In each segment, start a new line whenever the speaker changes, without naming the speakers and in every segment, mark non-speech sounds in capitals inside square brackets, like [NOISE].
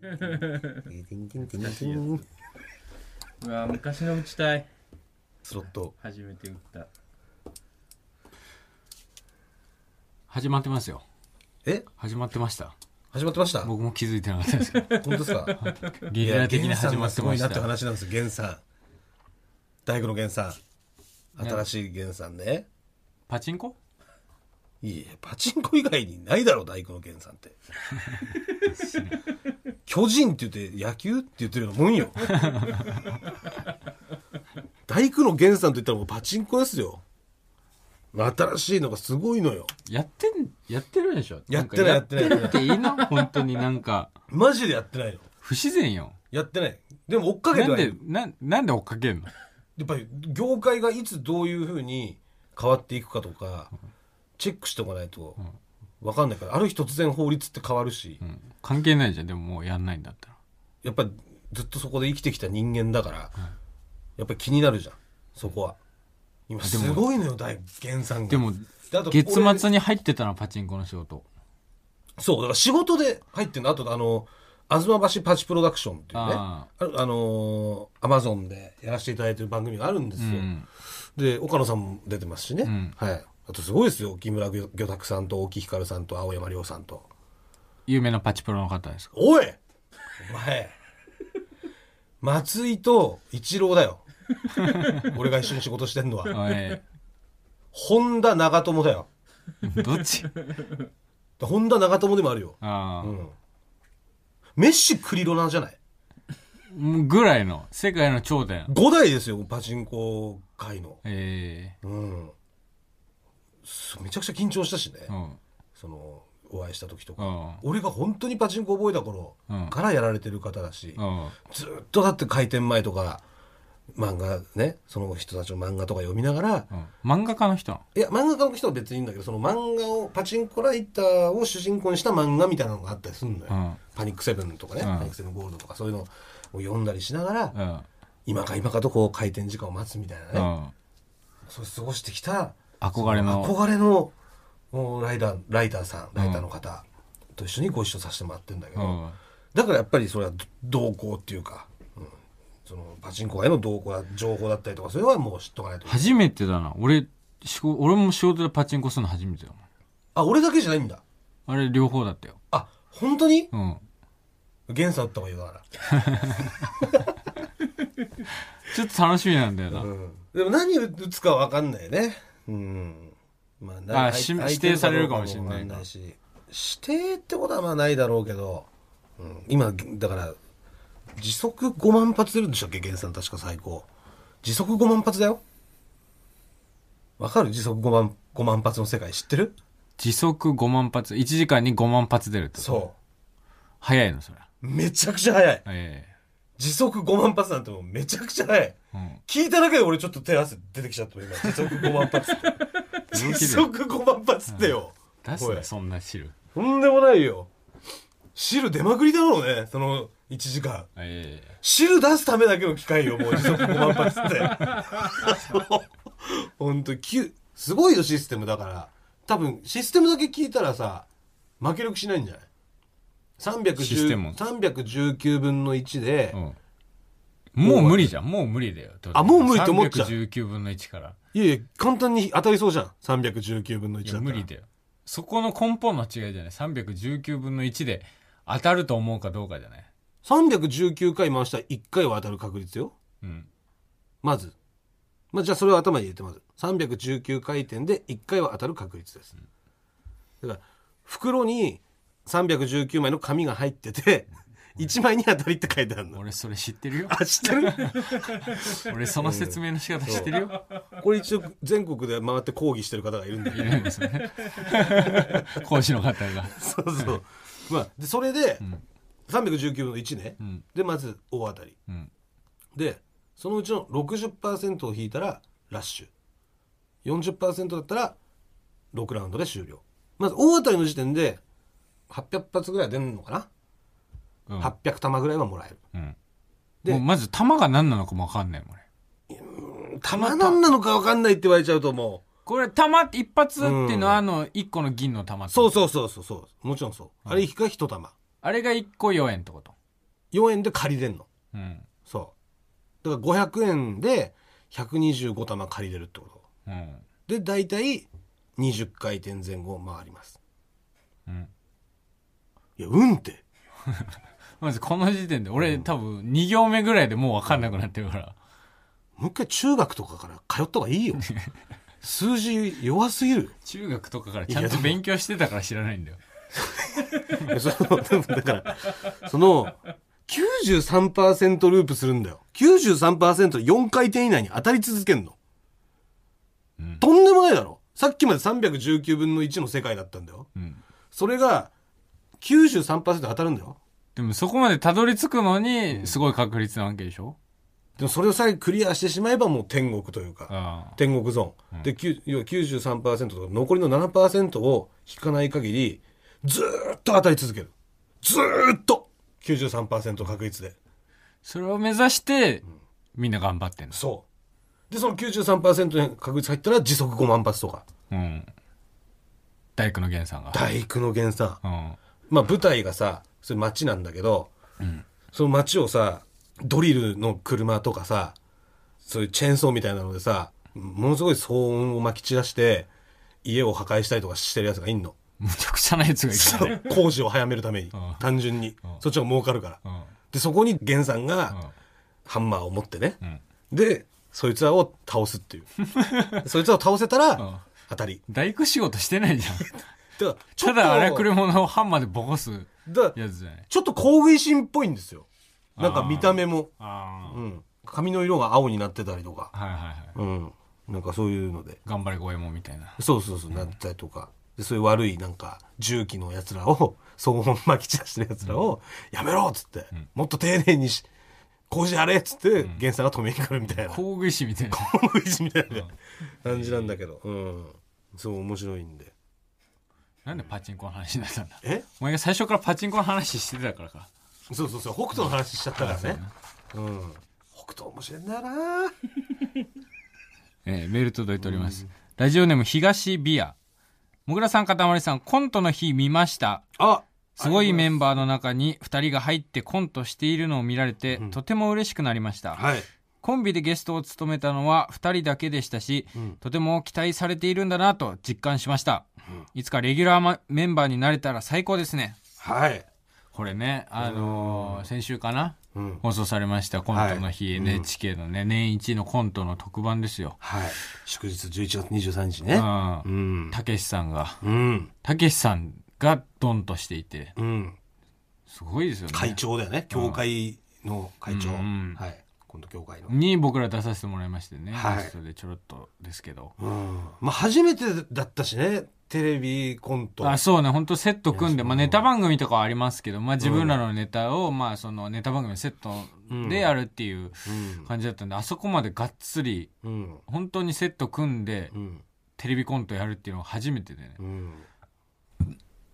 てんてんてんてん
しいやつうわ昔の打ちたい
スロット。
初めて打った
始まってますよ
え
始まってました
始まってました本
僕も気づいてなかったですけど
当ですか
ゲリラ的に
源さ
始
ん
ま
が
って
すご
ま
い
し
なって
た
話なんですよ、源さん。大工の源さん。新しい源さんね。
パチンコ
いいえ、パチンコ以外にないだろ、大工の源さんっ
[LAUGHS]
て。巨人って言って、野球って言ってるようなもんよ。大工の源さんと言ったらもうパチンコですよ。新しいのがすごいのよ。
やってんやってるでしょ
やってない
んか
やってない
やってるっていいの本当になんか
マジでやってないの。
不自然よ
やってない。でも追っかけ
な
て
ん
はい
で
る。
なんなんで追っかけんの
やっぱり業界がいつどういうふうに変わっていくかとか、チェックしておかないと分かんないから、ある日突然法律って変わるし、
うん関係ないじゃんでももうやんないんだったら
やっぱりずっとそこで生きてきた人間だから、やっぱり気になるじゃん、そこは。今すごいのよ、大源さんが。
でも
であと
月
俺
末に入ってたのパチンコの仕事
そう、だから仕事で入ってんの。あと、あの、東橋パチプロダクションっていうね、
あ
あるあのー、アマゾンでやらせていただいてる番組があるんですよ。
ん
で、岡野さんも出てますしね。
ん
はい。あとすごいですよ。木村魚魚拓さんと大木ひかるさんと青山亮さんと。
有名なパチプロの方ですか
おいお前、松井と一郎だよ。
[LAUGHS]
俺が一緒に仕事してんのは。
おい
本田長友だよ。
どっち
本田長友でもあるよ。
ああ、
うん。メッシクリロナじゃない
ぐらいの世界の頂点
?5 代ですよ、パチンコ界の。
え
うん。すめちゃくちゃ緊張したしね。
えうん
その、お会いした時と
う
か。
ん
俺が本当にパチンコ覚えた頃
うん
からやられてる方だし、
うん
ずっとだって開店前とか漫画ねその人たちの漫画とか読みながら
うん漫画家の人なの
いや漫画家の人は別にいいんだけどその漫画をパチンコライターを主人公にした漫画みたいなのがあったりするのよ、
うん
パニックセブンとかね、
うん
パニックセブンゴールドとかそういうのを読んだりしながら、
うん
今か今かとこう開店時間を待つみたいなね、
うん
そう過ごしてきた
憧れの
憧れのもうライダーライターさんライターの方と一緒にご一緒させてもらってるんだけ
う
ど、
ん
だからやっぱりそれはど同行っていうか、うんそのパチンコへの同行だ情報だったりとかそれはもう知っとかないと
初めてだな俺仕事俺も仕事でパチンコするの初めてだもん
あ俺だけじゃないんだ
あれ両方だったよ
あ本当に
うん
源さん打った方がいいよだか
ちょっと楽しみなんだよな、
ら、うん、でも何打つか分かんないよねうんまあな
あし
相
指定されるかもし
相
ん
手
ない
のかどうかも分かんないし指定ってことはまあないだろうけど、うん、今だから時速5万発出るんでしたっけ源さん確か最高時速5万発だよわかる時速5万5万発の世界知ってる
時速5万発1時間に5万発出るってこと
そ
早いのそれ
う。めちゃくちゃ速い。
え
時速5万発なんてもうめちゃくちゃ速い。
えうん
聞いただけで俺ちょっと手汗出てきちゃった今。
[LAUGHS]
時速5万発って。
動
時
きで
速5万発ってよ。
出す
お
ないそんな汁
とんでもないよ。汁出まくりだろうね、その1時間。
ええ
汁出すためだけの機械よ、もう時速5万発って。 [LAUGHS] ほんと、きゅすごいよ、システムだから。多分、システムだけ聞いたらさ、負け力しないんじゃない
システム
?310 319分の1で、
うんもう無理じゃん。もう無理だよ。
あもう無理って思っちゃう
19分の1から。
いやいや、簡単に当たりそうじゃん。319分の1
い
だったら。
や、無理だよ。そこの根本の違いじゃない。319分の1で当たると思うかどうかじゃない。
319回回したら1回は当たる確率よ。
うん。
まず。まあ、じゃあそれを頭に入れてまず。319回転で1回は当たる確率です。だから、袋に319枚の紙が入ってて、1枚に当たりって書いてあるの。
俺それ知ってるよ。
あ、知ってる
俺その説明の仕方知ってる [LAUGHS] よ。
これ一応全国で回って抗議してる方がいるんだけ
い
ど。
るんですね。 [LAUGHS] 講師の方が。
そうそう。まあ、でそれで、319分の1ね。
うん。
で、まず大当たり。
うん。
でそのうちの60%を引いたらラッシュ40%だったら6ラウンドで終了まず大当たりの時点で800発ぐらい出るのか
う
な、
ん。
800玉ぐらいはもらえる
うん、
で
もうまず玉が何なのかもわかんないもんね。
玉何なのか分かんないって言われちゃうとも
これ玉って一発っていうのは
うん
あの一個の銀の玉
うそう
う。
そうそうそうそうもちろんそう、あれが1玉
あれが一個4円ってこと。
4円で借りれんの
うん
そうだから500円で125玉借りれるってこと
うん
で大体20回転前後回ります
うん
いやうんって
まずこの時点で俺、多分2行目ぐらいでもう分かんなくなってるから
もう一回中学とかから通った方がいいよ数字弱すぎるよ
中学とかからちゃんと勉強してたから知らないん
[LAUGHS]
だよ
い [LAUGHS] やそのでもだからその93%ループするんだよ 93%4 回転以内に当たり続けんの、
うん
とんでもないだろさっきまで319分の1の世界だったんだよ
うん
それが93%当たるんだよ
でもそこまでたどり着くのにすごい確率なわけでしょ、
でもそれをさえクリアしてしまえばもう天国というか
ああ
天国ゾーン、できゅ要は93%とか残りの7%を引かない限りずーっと当たり続けるずーっと93%確率で
それを目指してみんな頑張ってんの
そう。で、その93%の確率入ったら時速5万発とか。
うん大工の源さんが
大工の原産。
うん
まあ舞台がさ、それ街なんだけど、その街をさ、ドリルの車とかさ、そういうチェーンソーみたいなのでさ、ものすごい騒音をまき散らして、家を破壊したりとかしてるやつがいんの。
むちゃくちゃなやつがい
そ
る、
の工事を早めるために
ん。
単純に。そっちの方が儲かるから
う。ん
で、そこに原さん
う
が
ん
ハンマーを持ってね。
うん
で、そいつらを倒すっていう。
[LAUGHS]
そいつらを倒せた
ん
ら、当たり。
大工仕事してな
[LAUGHS]
いじゃん
だからちょ
た
っと
だ荒くれ者をハンマーでボコす
だから
やつじゃない
ちょっと工具心っぽいんですよ。なんか見た目も。
あ
うん。髪の色が青になってたりとか
あ。はいはいはい
うん。なんかそういうので。
頑張れ五右衛門みたいな
そうそうそう、なったりとか。で、そういう悪いなんか、重機の奴らを、 [LAUGHS] 騒音まき散らしてる奴らを、やめろっつって、もっと丁寧にし、工事やれっつって、源さんが止めに来るみたいな。 [LAUGHS]
工具師みたいな
工具心みたいな感じなんだけど。うん。そう、面白いんで。
なんでパチンコの話になったんだ
え
お前が最初からパチンコの話してたからか
そうそうそう、北斗の話しちゃったからね。うん。北斗面白いんだよな
えーメール届いております。ラジオネーム東ビア。もぐらさん、かたまりさん、コントの日見ました。
あ
すごいメ
ン
ンバーの中に2人が入ってコントしているのを見られて、とても嬉しくなりました。
はい。
コンビでゲストを務めたのは2人だけでしたし、
ん
とても期待されているんだなと実感しました。いつかレギュラーまメンバーになれたら最高ですね。
はい。
これね、あのー先週かな
うん。
放送されましたコントの日、
はい
NHK のね、年一のコントの特番ですよ。
はい。祝日11月23日
う
ね。
ん
うん。
たけしさんが、
うん。
たけしさんがドンとしていて、
うん。
すごいですよね。
会長だよね。協会の会長。
うん
はい。今度協会の。
に僕ら出させてもらいましてね、
はい
ゲストでちょろっとですけど。
うん。まあ、初めてだったしね。テレビコント。
あそうね、本当セット組んで、
いや
まあ、ネタ番組とかはありますけど、まあ、自分らのネタを、まあ、そのネタ番組のセットでやるっていう
うん。
感じだったんで、あそこまでがっつり、
うん。
本当にセット組んで
う、ん。
テレビコントやるっていうのが初めてでね
う、ん。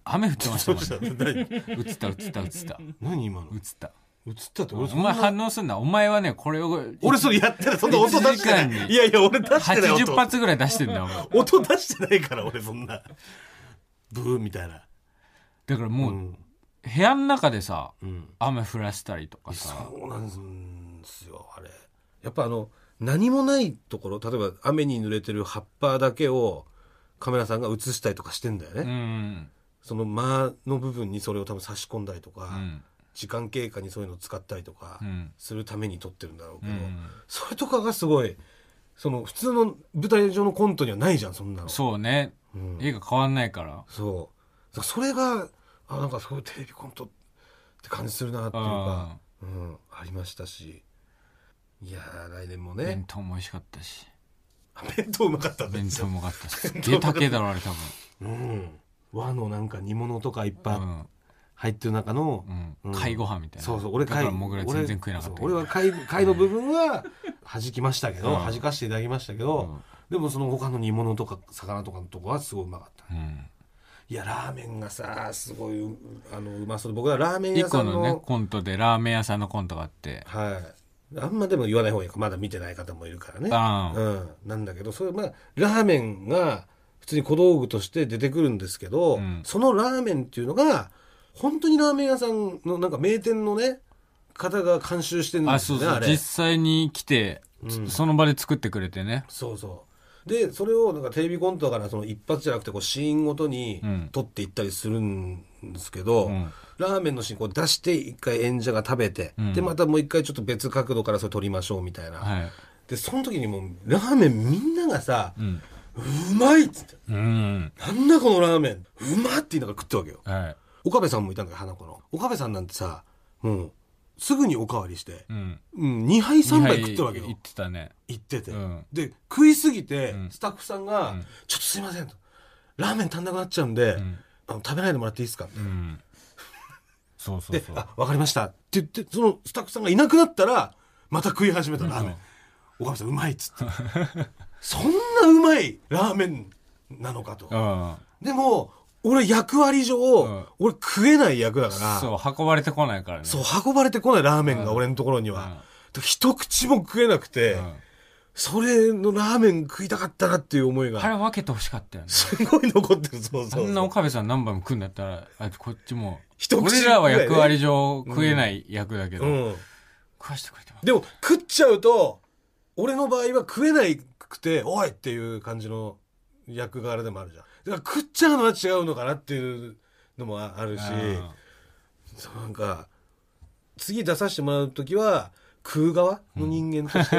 雨降ってました
どう
もん
した
ね。
の何
映った、映った、映った。
何今の
映った。
映ったって
お
俺そん
前
な
反応すんな。お前はね、これを、
俺それやったらそんな音出して
一時
な
間
い。
に
いやいや、俺出してない
80
音。
発ぐらい出してんだよ、お前。
音出してないから、俺そんな。ブーみたいな。
だから
う
もう、
ん。
部屋の中でさ
うん。
雨降らせたりとかさ
そうなんですよあれやっぱあの何もないところ例えば雨に濡れてる葉っぱだけをカメラさんが映したりとかしてんだよね、
うん
その間の部分にそれを多分差し込んだりとか、
うん
時間経過にそういうのを使ったりとか
うん
するために撮ってるんだろうけ
う
ど、
ん
それとかがすごいその普通の舞台上のコントにはないじゃんそんなの
そうね
う、ん、
絵が変わんないから
そうだからそれがあなんかそういうテレビコントって感じするなっていうか
あ
うん、ありましたし。いやー、来年も
ー弁
ね、
当も美味しかったし
弁当うまかったんで
弁
す
当
よ。
も良かったし
弁当
下
も良か
駄
った
系だろあれ多
うん。和のなんか煮物とかいっぱい
分
入ってる中の、
うん
う
うんん貝ご飯みたいな
そうそう、俺
だか
貝、
らもぐら全然食えなかったけど
俺そう俺は貝、貝の部分は弾きましたけど、
うん
弾かしていただきましたけ
う
ど
ん、
でもその他の煮物とか魚とかのとこはすごいうまかった。
うん
いや、ラーメンがさ、すごいう、あの、うまそうで。僕はラーメン
一
屋さ
個
んの、
のねコントでラーメン屋さんのコントがあって
はい。あんまでも言わない方がいいか。まだ見てない方もいるからね。
あー
うん、なんだけどそれまあラーメンが普通に小道具として出てくるんですけど、
うん
そのラーメンっていうのが本当にラーメン屋さんのなんか名店のね方が監修してるん
あ、
です
そ
よ
う
ね、
そ
あ
う。
れ
実。際に来て、つその場で作ってくれてね。
そうそう。で、それをなんかテレビコントだからその一発じゃなくてこうシーンごとに
うん
撮っていったりするんですけど、
うん
ラーメンのシーンこう出して一回演者が食べて、
うん
で、またもう一回ちょっと別角度からそれ撮りましょうみたいな。
はい。
で、その時にもうラーメンみんながさ、
うん。
うまいっつって、
うん。
なんだこのラーメン、うまって言いながら食ったわけよ。
はい。
岡部さんもいたんだけど、花子の。岡部さんなんてさ、もう、すぐにおかわりして、
うん。
うん、2杯3杯
二
食ったわけよ。
言ってたね。
行ってて、
うん
で食いすぎて
うん
スタッフさんが「
うん
ちょっとすいません」と「ラーメン足んなくなっちゃうんで、
うん。
あの食べないでもらっていいですか」
うん。そうそう
で
そ
「
う。
あわかりました」って言ってそのスタッフさんがいなくなったらまた食い始めたラーメン、岡部さんうまいっつって [LAUGHS] そんなうまいラーメンなのかと、
うん。
でも俺役割上、
ん
俺食えない役だから
そう、運ばれてこないからね。
そう運ばれてこないラーメンが
うん
俺のところに
うん
は、で一口も食えなくて、
うん
それのラーメン食いたかったなっていう思いが
あれ分けてほしかったよね。
すごい残ってる、そうそう
あ
そうん
な岡部さん何杯も食うんだったら、あこっちも。
一口ぐらいね
俺らは役割上食えない役だけど、
うん。
食わしてくれてます。
でも、食っちゃうと、俺の場合は食えないくて、おいっていう感じの役柄でもあるじゃん。だから食っちゃうのは違うのかなっていうのもあるし、
うん
そうなんか、次出させてもらうときは、食う側の人間として、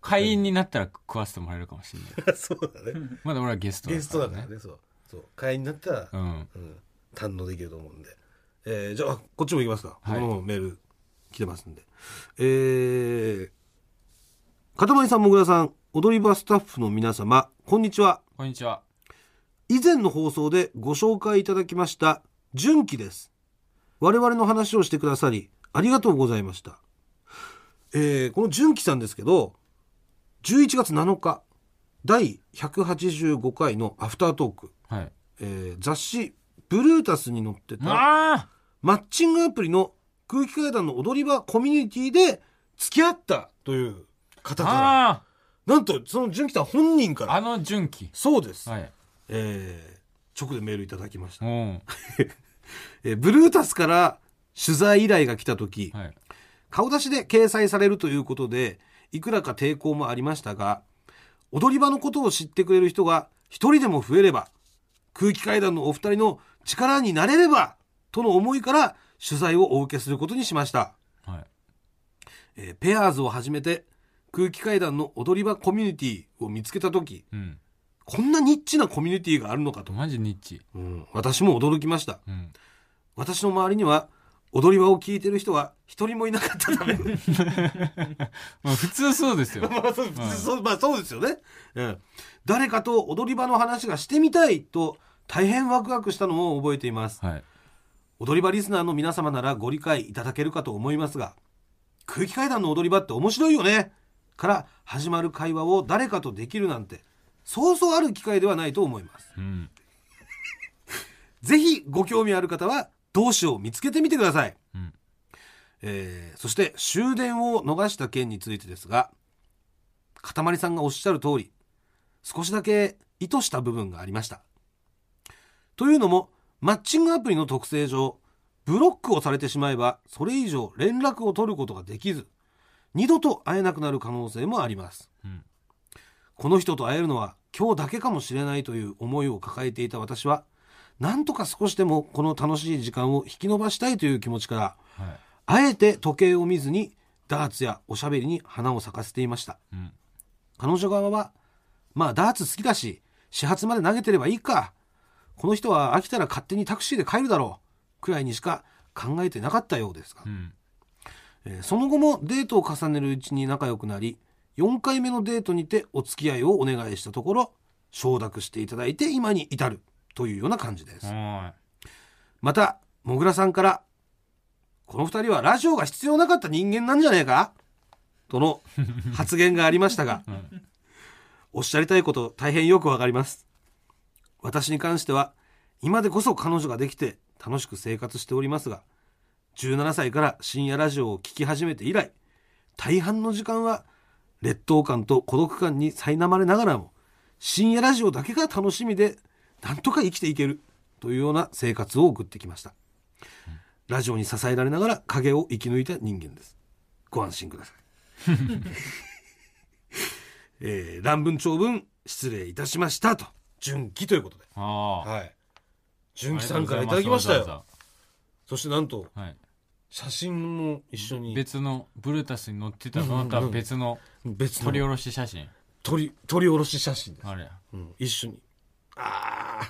会員になったら食わせてもらえるかもしれな
[LAUGHS]
い。
そうだね。
まだ俺はゲスト
ゲストだか
ね
らね、そう。そう。会員になったら、
うん。
うん、堪能できると思うんで、えーじゃあこっちも行きますか、
はい
このメール来てますんでえー、かたまりさんもぐらさん踊り場スタッフの皆様こんにちは
こんにちは。
以前の放送でご紹介いただきました純喜です我々の話をしてくださりありがとうございました、えーこの純喜さんですけど11月7日第185回のアフタートーク、
はい。
えー雑誌「ブルータス」に載ってた
あ
マッチングアプリの空気階段の踊り場コミュニティで付き合ったという
あ
方か
あ
ら、なんとその純喜さん本人か
あ
ら、
あの純喜。
そうです、 [LAUGHS]
はい。
えー直でメールいただきまし
う
た。
ん。は
えーブルータスから取材依頼が来た時、
い。
顔出しで掲載されるということで、いくらか抵抗もありましたが、踊り場のことを知ってくれる人が一人でも増えれば、空気階段のお二人の力になれれば、との思いから取材をお受けすることにしました。
はい。
えーペアーズを始めて空気階段の踊り場コミュニティを見つけた時
うん。
こんなニッチなコミュニティがあるのかと、
マジニッチ。
うん私も驚きました
うん。
私の周りには踊り場を聞いてる人は一人もいなかったため [LAUGHS]
まあ普通そうですよ。
まあそうそうまあそうですよね、うん、誰かと踊り場の話がしてみたいと大変ワクワクしたのを覚えています
はい。
踊り場リスナーの皆様ならご理解いただけるかと思いますが空気階段の踊り場って面白いよねから始まる会話を誰かとできるなんてそうそうある機会ではないと思います
うん。
ぜひご興味ある方は同志を見つけてみてください、
うん
えーそして終電を逃した件についてですがかたまりさんがおっしゃる通り少しだけ意図した部分がありましたというのもマッチングアプリの特性上ブロックをされてしまえばそれ以上連絡を取ることができず二度と会えなくなる可能性もあります
うん。
この人と会えるのは今日だけかもしれないという思いを抱えていた私は、なんとか少しでもこの楽しい時間を引き延ばしたいという気持ちから、
はい。
あえて時計を見ずにダーツやおしゃべりに花を咲かせていました。
うん。
彼女側は、まあダーツ好きだし、始発まで投げてればいいか。この人は飽きたら勝手にタクシーで帰るだろう。くらいにしか考えてなかったようですが
う。ん。
えーその後もデートを重ねるうちに仲良くなり4回目のデートにてお付き合いをお願いしたところ承諾していただいて今に至るというような感じです、
は
またもぐらさんから「この2人はラジオが必要なかった人間なんじゃねえか?」との発言がありましたが、おっしゃりたいこと大変よくわかります私に関しては今でこそ彼女ができて楽しく生活しておりますが17歳から深夜ラジオを聞き始めて以来大半の時間は劣等感と孤独感に苛まれながらも深夜ラジオだけが楽しみでなんとか生きていけるというような生活を送ってきました、ラジオに支えられながら影を生き抜いた人間ですご安心ください [LAUGHS] えー乱文長文失礼いたしましたと純喜ということで
ああ。
はい純喜さんからいただきました
ありが
よ
とう
そしてなんと
ございます。はい。
写真も一緒に
別のブルータスに載ってたのとは別の
別の
撮り下ろし写真
撮り撮り下ろし写真です、
あれ
うん、一緒にああ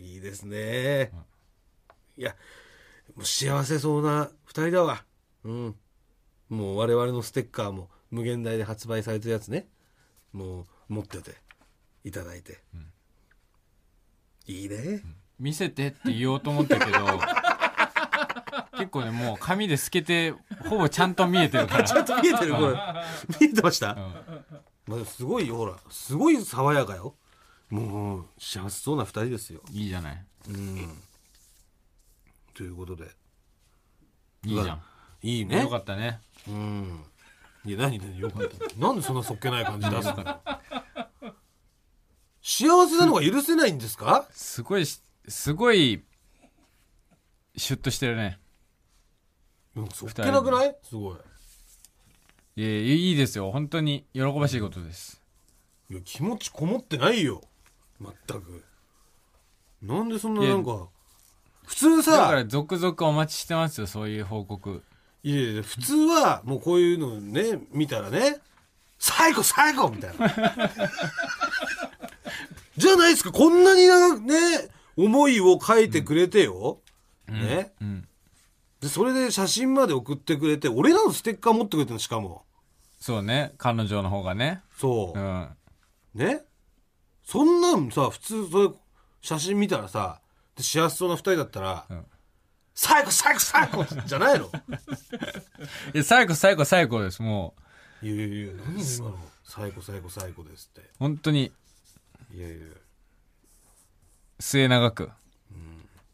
いいですね、いやもう幸せそうな2人だわうんもう我々のステッカーも無限大で発売されてるやつねもう持ってていただいて、いいね、
見せてって言おうと思ったけ
[LAUGHS]
ど結構ねもう紙で透けてほぼちゃんと見えてるか
ちゃんと見えてるこれ見えてました、まあ、すごいよほらすごい爽やかよもう幸せそうな2人ですよ
いいじゃない
ということで
いいじゃん
いいね
よかったね
うん。いや、何何よかった。なんでそんなそっけない感じ出すか。幸せなのが許せないんですか
すごいしすごいシュッとしてるね
うんそっけなくないすごい。
いやいいですよ本当に喜ばしいことです
いや、気持ちこもってないよ。全く。なんでそんない
や
なんか、普通
だか
さ
ら、続々お待ちしてますよそういう報告
いやいや、普通はもうこういうのね、見たらね、最後最後みたいな。 [LAUGHS] じゃないですか、こんなに長くね、思いを書いてくれてよ。ね。
うん
でそれで写真まで送ってくれて俺らのステッカー持ってくれてるのしかも
そうね彼女の方がね
そうう、
ん
ねそんなんさ普通それ写真見たらさで幸せそうな二人だったら、
うん
最高最高最高じゃないの
いや最後最後最後ですもう
[LAUGHS] いやいやいや何今の最高最高最高ですっ
本当に
ていやいやいや
末永く、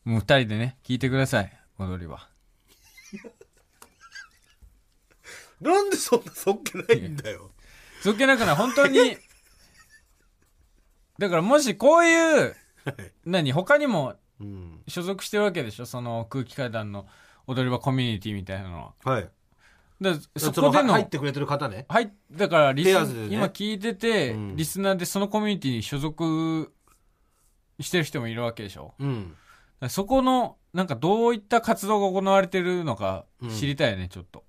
もう二人でね聞いてください踊りは
なんでそんなそっけないんだよ
そっけなくない本当
[LAUGHS]
にだからもしこういう
はい
何他にも
うん
所属してるわけでしょその空気階段の踊り場コミュニティみたいなのは
はい
だそ
そ
こで
の
の
入ってくれてる方ね
はいだからリス、
ペアーズでね
今聞いてて、
うん
リスナーでそのコミュニティに所属してる人もいるわけでしょ
うん
だからそこのなんかどういった活動が行われてるのか知りたいね、ちょっと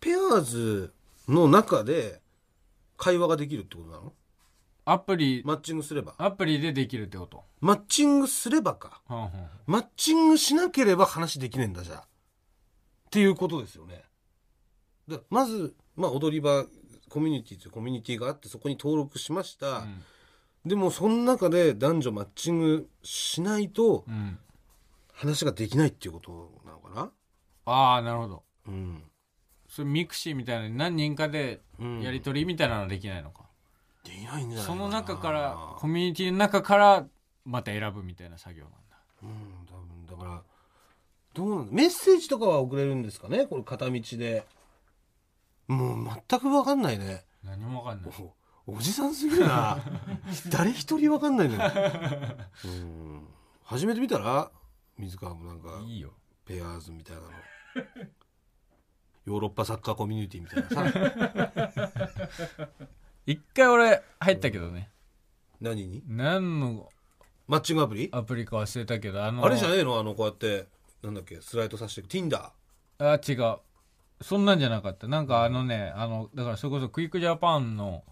ペアーズの中で会話ができるってことなの
アプリ、
マッチングすれば
アプリでできるってこと
マッチングすればか
はんはん
マッチングしなければ話できねえんだじゃあっていうことですよねでまず、まあ、踊り場コミュニティというコミュニティがあってそこに登録しました、でもその中で男女マッチングしないと
うんうん
話ができないっていうことなのかな
ああなるほど
うん
それミクシーみたいなのに何人かで
うん
やり取りみたいなのはできないのか、
できないんじゃないかな
その中からコミュニティの中からまた選ぶみたいな作業なんだ
うん多分だからどうなんメッセージとかは送れるんですかねこれ片道でもう全く分かんないね
何もわかんない
おおじさんすぎるな誰一人分かんないねうん初めて見たら水川もなんか
いいよ
ペアーズみたいなのヨーロッパサッカーコミュニティみたいな [LAUGHS] さ
一回俺入ったけどね、
何に
何の
マッチングアプリあ
アプリか忘れたけどあの
れじゃねえのあのこうやってなんだっけスライドさせていく Tinder
あ違うそんなんじゃなかったなんかあのねあのだからそれこそクイックジャパンの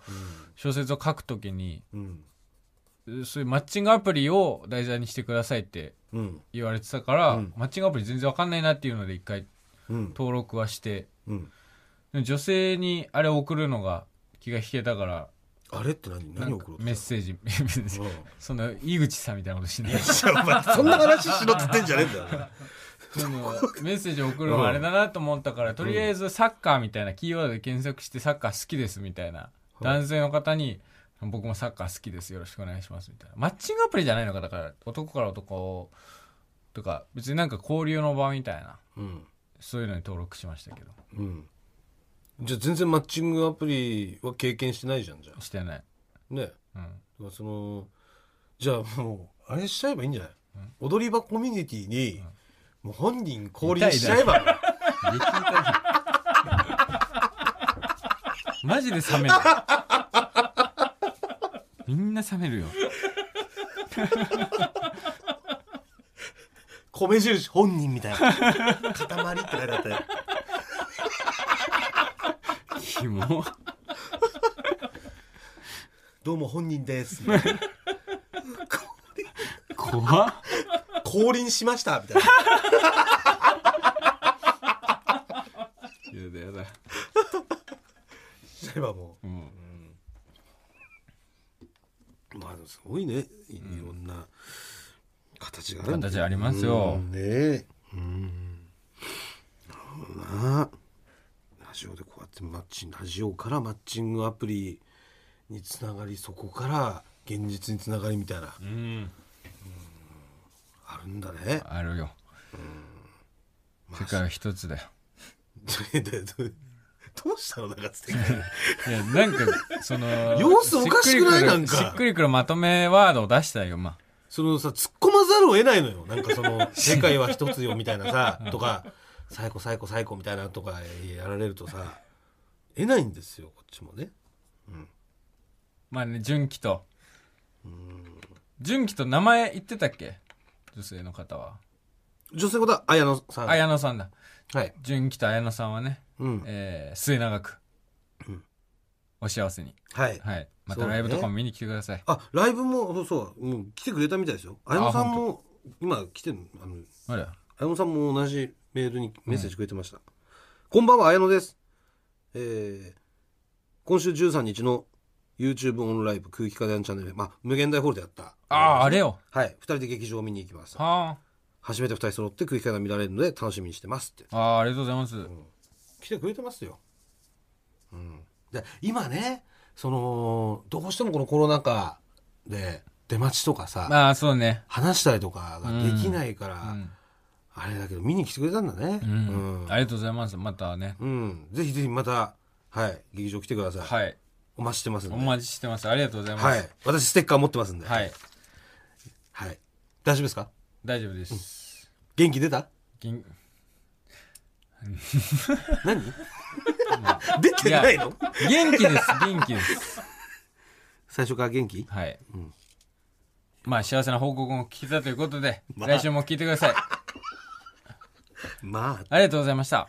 小説を書くときに、
うん
そういうマッチングアプリを題材にしてくださいって
うん
言われてたから、
うん
マッチングアプリ全然わかんないなっていうので一回
うん
登録はして
うん
でも女性にあれ送るのが気が引けたから
あれって何
な
何
んか
送ろう
メッ
とし
セージ [LAUGHS]
たのうん
その井口さんみたいなことしない
い [LAUGHS] やお前そんな話しろって言ってんじゃねえんだよお前
でもメッセージ送るのはあれだなと思ったから、とりあえずサッカーみたいなキーワードで検索してサッカー好きですみたいな、男性の方に僕もサッカー好きですよろしくお願いしますみたいなマッチングアプリじゃないのかだから男から男とか別になんか交流の場みたいな
うん
そういうのに登録しましたけど
うんじゃあ全然マッチングアプリは経験してないじゃんじゃ
してない、
あね
うん、
だからそのじゃあもうあれしちゃえばいいんじゃない、踊り場コミュニティにもう本人降臨しちゃえば
激痛い [LAUGHS] マジで冷めるみんな冷めるよ
米印本人みたいな [LAUGHS] 塊って書いてあったよ
キモ
どうも本人です
怖っ
降臨しましたみたいな
やだやだ
しちゃえばも
う
う
ん
まあでもすごいねいいろんな形があるんだ
形あります
う
よ
んねえうんなるほどなラジオでこうやってマッチンラジオからマッチングアプリにつながりそこから現実につながりみたいな
うん
あるんだね
あるよ世界は一つだよ
でででどうしたのなんかつって
いやなんかその
様子おかしくない
しっくりくる
なんか
しっくりくるまとめワードを出したいよまあ
そのさ突っ込まざるを得ないのよなんかそ
[LAUGHS]
の「世界は一つよ」みたいなさとか「最高最高最高」みたいなとかやられるとさ得ないんですよこっちもね
まあね純喜と純喜と名前言ってたっけ女性の方は
女性の方は綾野さん
綾野さんだ
はい、
純喜と綾野さんはね、
うん
えー末永く、
うん
お幸せに
はい、
はいま
そ
た
うね
ライブとかも見に来てください、
あライブもそうそうもう来てくれたみたいですよ綾野さんも今来てるあの
あら
綾野さんも同じメールにメッセージくれてました、こんばんは綾野ですえー、今週13日の YouTube オンライブ空気階段チャンネル、まあ、無限大ホールでやった
あああれよ
はい2人で劇場を見に行きます
は
初めて2人揃って空気階段見られるので楽しみにしてますって
あああありがとうございます、
来てくれてますよ、うん、で今ねそのどうしてもこのコロナ禍で出待ちとかさ、
まあそうね
話したりとかができないから、
うん、
あれだけど見に来てくれたんだね
うん
うん
ありがとうございますまたね
うん、ぜひぜひまた、はい、劇場来てください。
はい
お待ちしてますんで。
お待ちしてますありがとうございます
はい、私ステッカー持ってますんで。
はい、
はい。大丈夫ですか
大丈夫です、
元気出た
銀
何出てないの
元気です元気です
最初から元気
はい、まあ幸せな報告も聞けたということで、
まあ
来週も聞いてください
まあ、
ありがとうございました